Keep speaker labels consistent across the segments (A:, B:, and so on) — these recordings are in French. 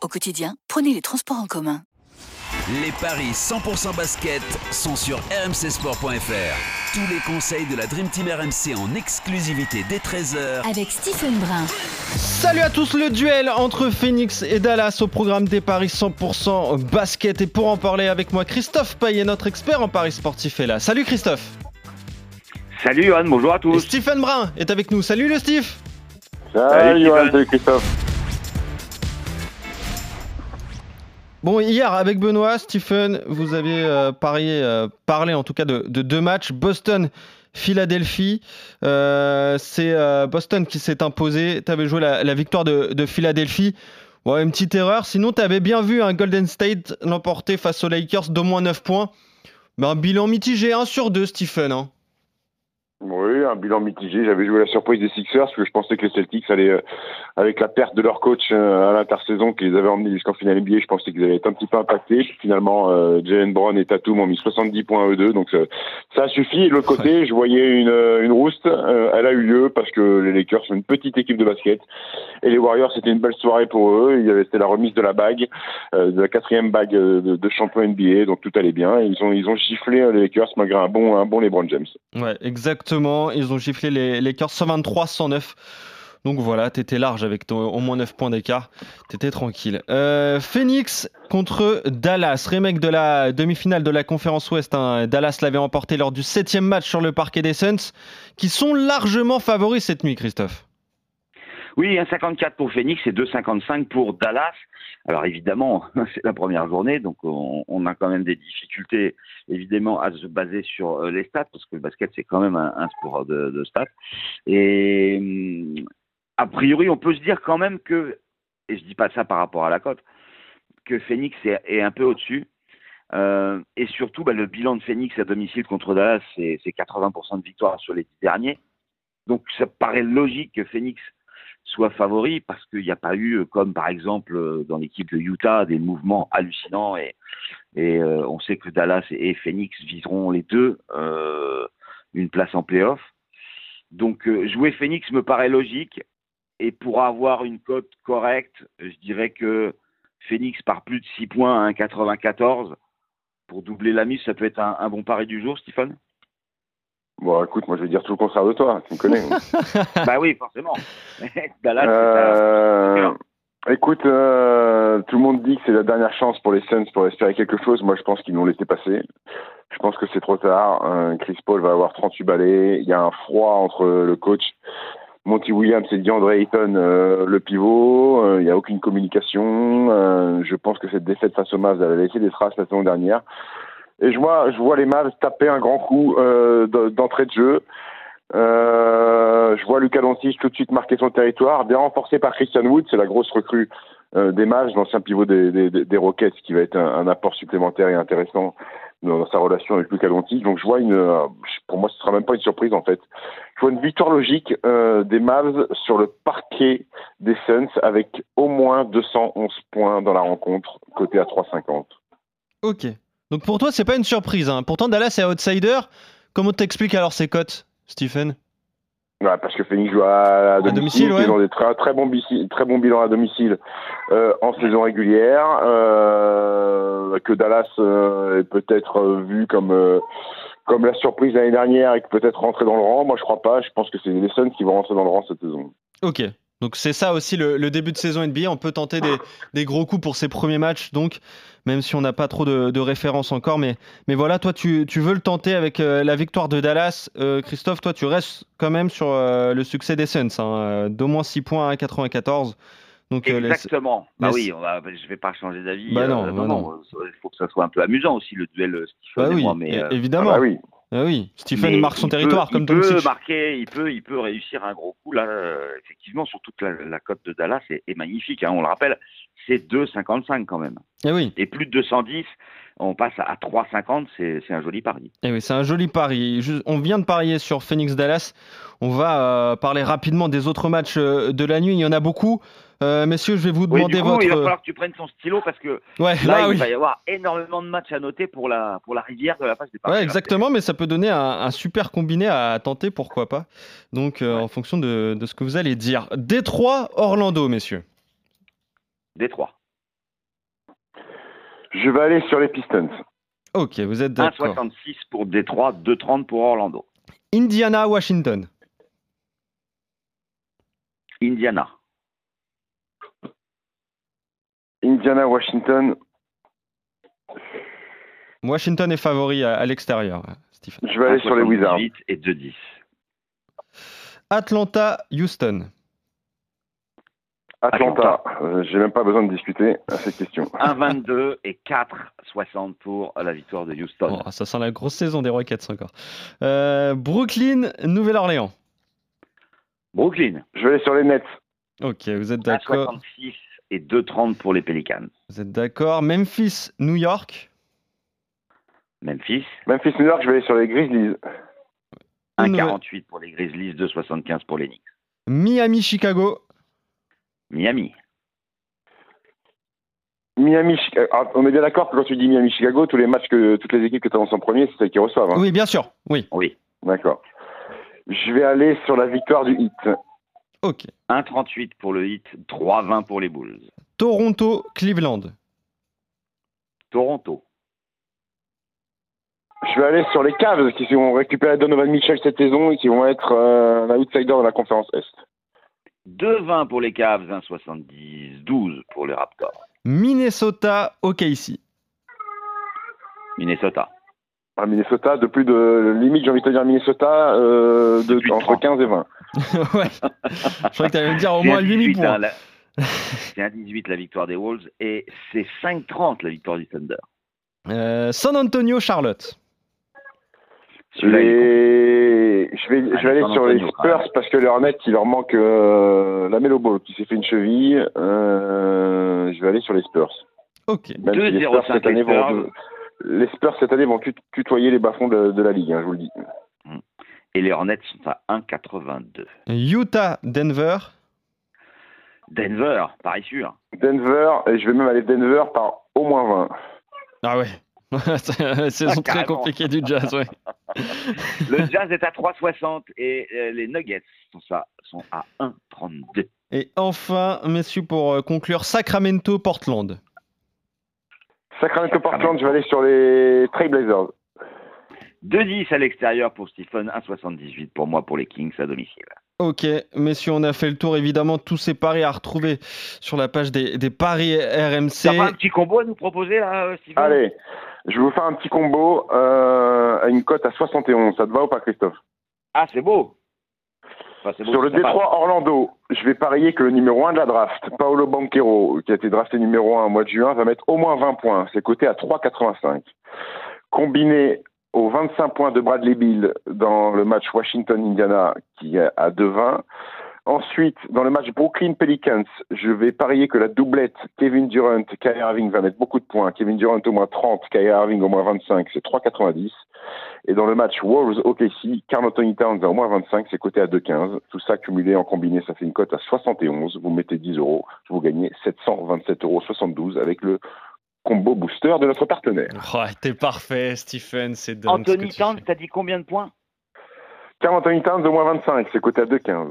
A: Au quotidien, prenez les transports en commun.
B: Les paris 100% basket sont sur rmcsport.fr. Tous les conseils de la Dream Team RMC en exclusivité dès 13h
A: Avec Stephen Brun.
C: Salut à tous, le duel entre Phoenix et Dallas au programme des paris 100% basket. Et pour en parler avec moi, Christophe Payet, notre expert en paris sportif, est là. Salut Christophe
D: Salut Johan, bonjour à
C: Et
D: tous.
C: Stephen Brun est avec nous. Salut le Steve
D: Salut,
E: Salut, Johan,
D: Johan.
E: salut Christophe.
C: Bon, hier, avec Benoît, Stephen, vous aviez euh, parié, euh, parlé en tout cas de, de deux matchs. Boston, Philadelphie. Euh, c'est euh, Boston qui s'est imposé. Tu avais joué la, la victoire de, de Philadelphie. Ouais, une petite erreur. Sinon, tu avais bien vu un Golden State l'emporter face aux Lakers d'au moins 9 points. Mais un bilan mitigé, 1 sur 2, Stephen. hein.
E: Oui, un bilan mitigé. J'avais joué la surprise des Sixers parce que je pensais que les Celtics allaient, euh, avec la perte de leur coach euh, à l'intersaison qui les avait emmenés jusqu'en finale NBA, je pensais qu'ils allaient être un petit peu impactés. Puis finalement, euh, Jalen Brown et Tatum ont mis 70 points à eux deux, donc euh, ça a suffi. Et de l'autre côté, je voyais une, euh, une rouste. Euh, elle a eu lieu parce que les Lakers sont une petite équipe de basket et les Warriors, c'était une belle soirée pour eux. Il y avait, c'était la remise de la bague, euh, de la quatrième bague euh, de, de champion NBA, donc tout allait bien. Et ils ont, ils ont giflé euh, les Lakers malgré un bon, un bon LeBron James.
C: Ouais, exactement. Ils ont giflé les Lakers 123-109. Donc voilà, t'étais large avec ton, au moins 9 points d'écart. T'étais tranquille. Euh, Phoenix contre Dallas. Remake de la demi-finale de la conférence Ouest. hein. Dallas l'avait emporté lors du 7 match sur le parquet des Suns, qui sont largement favoris cette nuit, Christophe.
D: Oui, 1,54 pour Phoenix et 2,55 pour Dallas. Alors évidemment, c'est la première journée, donc on, on a quand même des difficultés évidemment à se baser sur euh, les stats, parce que le basket c'est quand même un, un sport de, de stats. Et hum, a priori, on peut se dire quand même que, et je dis pas ça par rapport à la cote, que Phoenix est, est un peu au-dessus. Euh, et surtout, bah, le bilan de Phoenix à domicile contre Dallas, c'est c'est 80% de victoire sur les dix derniers. Donc ça paraît logique que Phoenix soit favori parce qu'il n'y a pas eu, euh, comme par exemple euh, dans l'équipe de Utah, des mouvements hallucinants et, et euh, on sait que Dallas et et Phoenix viseront les deux euh, une place en playoff. Donc euh, jouer Phoenix me paraît logique et pour avoir une cote correcte, je dirais que Phoenix par plus de 6 points à 1,94 pour doubler la mise, ça peut être un, un bon pari du jour, Stéphane
E: Bon, écoute, moi je vais dire tout le contraire de toi, tu me connais.
D: Bah oui, forcément. Dallas, c'est ça.
E: Euh, écoute, euh, tout le monde dit que c'est la dernière chance pour les Suns pour espérer quelque chose. Moi je pense qu'ils l'ont laissé passer. Je pense que c'est trop tard. Euh, Chris Paul va avoir 38 balais. Il y a un froid entre le coach. Monty Williams et DeAndre Ayton, euh, le pivot, Euh, il n'y a aucune communication. Euh, je pense que cette défaite face aux Mavs elle a laissé des traces la saison dernière. Et je vois, je vois les Mavs taper un grand coup euh, d- d'entrée de jeu. Euh, je vois Lucas Doncic tout de suite marquer son territoire, bien renforcé par Christian Wood, c'est la grosse recrue euh, des matchs, l'ancien pivot des, des, des- des Rockets, qui va être un, un apport supplémentaire et intéressant dans, dans sa relation avec Lucas Doncic. Donc je vois une, euh, pour moi, ce sera même pas une surprise en fait. Je vois une victoire logique euh, des Mavs sur le parquet des Suns avec au moins 211 points dans la rencontre, côté à 3,50.
C: Ok. Donc pour toi, c'est pas une surprise. hein. Pourtant, Dallas est outsider. Comment t'expliques alors ces cotes, Stephen
E: Ouais, parce que Phoenix joue à, à domicile,
C: domicile, ouais.
E: ils ont des très, très, bons, bici- très bons bilans à domicile euh, en saison régulière, euh, que Dallas euh, est peut-être euh, vu comme, euh, comme la surprise l'année dernière et que peut-être rentrer dans le rang. Moi, je crois pas. Je pense que c'est les Suns qui vont rentrer dans le rang cette saison.
C: Ok. Donc c'est ça aussi le, le début de saison NBA. On peut tenter des, des gros coups pour ces premiers matchs, donc même si on n'a pas trop de, de références encore. Mais, mais voilà, toi, tu, tu veux le tenter avec euh, la victoire de Dallas. Euh, Christophe, toi, tu restes quand même sur euh, le succès des Suns, hein, euh, d'au moins 6 points à 94. Donc, euh, les-
D: Exactement. Bah
C: laisse-
D: oui, on va, je vais pas changer d'avis.
C: Bah
D: euh,
C: non, bah
D: Il faut que ça soit un peu amusant aussi le duel euh, Stephen
C: Bah
D: et
C: oui,
D: moi. Mais,
C: é-
D: euh,
C: évidemment.
E: Ah bah oui.
C: Ah oui. Stephen
D: mais
C: marque son
D: il
C: territoire
D: peut-
C: comme
D: il peut
C: Doncic.
D: marquer, il peut, il peut réussir un gros coup là. euh, effectivement, surtout que la, la cote de Dallas est, est magnifique. hein, on le rappelle, c'est 2,55 quand même.
C: Eh oui.
D: Et plus de 210, on passe à 3,50, c'est c'est un joli pari.
C: Eh oui, c'est un joli pari. Juste- on vient de parier sur Phoenix Dallas. On va euh, parler rapidement des autres matchs euh, de la nuit. Il y en a beaucoup. Euh, messieurs, je vais vous
D: Oui,
C: demander
D: du coup,
C: votre.
D: il va falloir que tu prennes ton stylo parce que
C: Ouais, là,
D: là, il
C: oui.
D: va y avoir énormément de matchs à noter pour la, pour la rivière de la phase des paris.
C: Ouais, exactement, mais ça peut donner un, un super combiné à tenter, pourquoi pas. Donc, euh, en fonction de, de ce que vous allez dire. Détroit, Orlando, messieurs.
D: Détroit.
E: Je vais aller sur les Pistons.
C: Ok, vous êtes d'accord.
D: 1,66 pour Détroit, 2,30 pour Orlando.
C: Indiana, Washington.
D: Indiana.
E: Indiana, Washington.
C: Washington est favori à, à l'extérieur, hein, Stephen.
E: Je vais aller sur les Wizards.
D: 1,78 et 2,10.
C: Atlanta, Houston.
E: Atlanta. Euh, J'ai même pas besoin de discuter à cette question.
D: 1,22 et 4,60 pour la victoire de Houston.
C: Oh, ça sent la grosse saison des Rockets encore. Euh, Brooklyn, Nouvelle-Orléans.
D: Brooklyn.
E: Je vais aller sur les Nets.
C: Ok, vous êtes
D: Ah,
C: d'accord.
D: 1,66 et 2,30 pour les Pelicans.
C: Vous êtes d'accord. Memphis, New York.
D: Memphis.
E: Memphis, New York. Je vais aller sur les Grizzlies.
C: Une nouvelle-
D: 1,48 pour les Grizzlies, 2,75 pour les Knicks.
C: Miami, Chicago.
D: Miami.
E: Miami. Chi- euh, ah, On est bien d'accord que quand tu dis Miami, Chicago, tous les matchs que toutes les équipes que tu avances en premier, c'est celles qui reçoivent. hein.
C: Oui, bien sûr. Oui.
D: Oui.
E: D'accord. Je vais aller sur la victoire du Heat.
C: Ok.
D: 1,38 pour le Heat, 3,20 pour les Bulls.
C: Toronto, Cleveland.
D: Toronto.
E: Je vais aller sur les Cavs qui vont récupérer Donovan Mitchell cette saison et qui vont être euh, l'outsider de la conférence Est.
D: 2,20 pour les Cavs, 1,70, 12 pour les Raptors.
C: Minnesota, OKC.
D: Minnesota.
E: Ah, Minnesota, de plus de limite, j'ai envie de te dire Minnesota, euh, de,
D: Depuis
E: entre
D: 30.
E: 15 et 20.
C: ouais. Je croyais que tu allais me dire au
D: C'est
C: moins
D: un
C: 8000
D: 18, hein,
C: points.
D: la- C'est un 18 la victoire des Wolves et c'est 5,30 la victoire du Thunder.
C: Euh, San Antonio, Charlotte.
D: Celui-là, il est
E: Les- Je vais, je
D: Allez,
E: vais aller
D: San
E: sur les
D: Ah, Antonio,
E: Spurs parce que leur net, il leur manque euh, la Melo Ball qui s'est fait une cheville. Euh, je vais aller sur les Spurs.
C: Ok.
E: Même si les
D: 2,05
E: Spurs cette
D: les
E: année
D: Spurs.
E: vont, les Spurs cette année vont tut- tutoyer les bas-fonds de, de la ligue, hein, je vous le dis.
D: Et les Hornets sont à 1,82.
C: Utah, Denver.
D: Denver, pareil sûr.
E: Denver, et je vais même aller Denver par au moins 20.
C: Ah ouais. C'est- saison très
D: carrément.
C: compliquée du jazz, ouais.
D: Le Jazz est à 3,60 et euh, les Nuggets sont à, sont à 1,32.
C: Et enfin, messieurs, pour euh, conclure, Sacramento, Portland.
E: Sacramento Portland, je vais aller sur les Trailblazers.
D: 2,10 à l'extérieur pour Stephen, 1,78 pour moi pour les Kings à domicile.
C: Ok, messieurs, on a fait le tour. Évidemment, tous ces paris à retrouver sur la page des, des paris
D: T'as pas un
C: RMC.
D: petit combo à nous proposer là, euh, Stephen
E: Allez, je vais vous faire un petit combo euh, à une cote à 71. Ça te va ou pas, Christophe
D: Ah, c'est beau. Enfin, c'est beau,
E: Sur le
D: c'est sympa.
E: Détroit Orlando, je vais parier que le numéro 1 de la draft, Paolo Banquero, qui a été drafté numéro 1 au mois de juin, va mettre au moins 20 points. C'est coté à 3,85. Combiné aux 25 points de Bradley Bill dans le match Washington-Indiana, qui est à 2,20. Ensuite, dans le match Brooklyn-Pelicans, je vais parier que la doublette Kevin Durant, Kyrie Irving va mettre beaucoup de points. Kevin Durant au moins 30, Kyrie Irving au moins 25, c'est 3,90. Et dans le match Wolves OKC, Carl Anthony Towns à au moins 25, c'est coté à 2,15. Tout ça cumulé en combiné, ça fait une cote à 71. Vous mettez 10 euros, vous gagnez 727,72 euros avec le combo booster de notre partenaire.
C: Oh, T'es parfait, Stephen. C'est dingue ce que
D: Anthony
C: tu
D: Towns,
C: fais.
D: t'as dit combien de points
E: Carl Anthony Towns au moins 25, c'est coté à 2,15.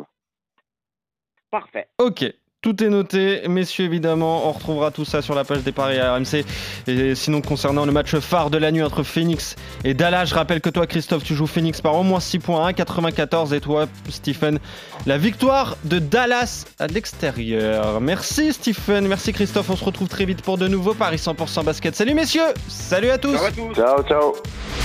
D: Parfait.
C: Ok. Tout est noté, messieurs, évidemment. On retrouvera tout ça sur la page des paris RMC. Et sinon, concernant le match phare de la nuit entre Phoenix et Dallas, je rappelle que toi, Christophe, tu joues Phoenix par au moins 6 points, 1,94. Et toi, Stephen, la victoire de Dallas à l'extérieur. Merci, Stephen. Merci, Christophe. On se retrouve très vite pour de nouveaux paris 100% basket. Salut, messieurs. Salut à tous.
D: Ciao à tous.
E: Ciao, ciao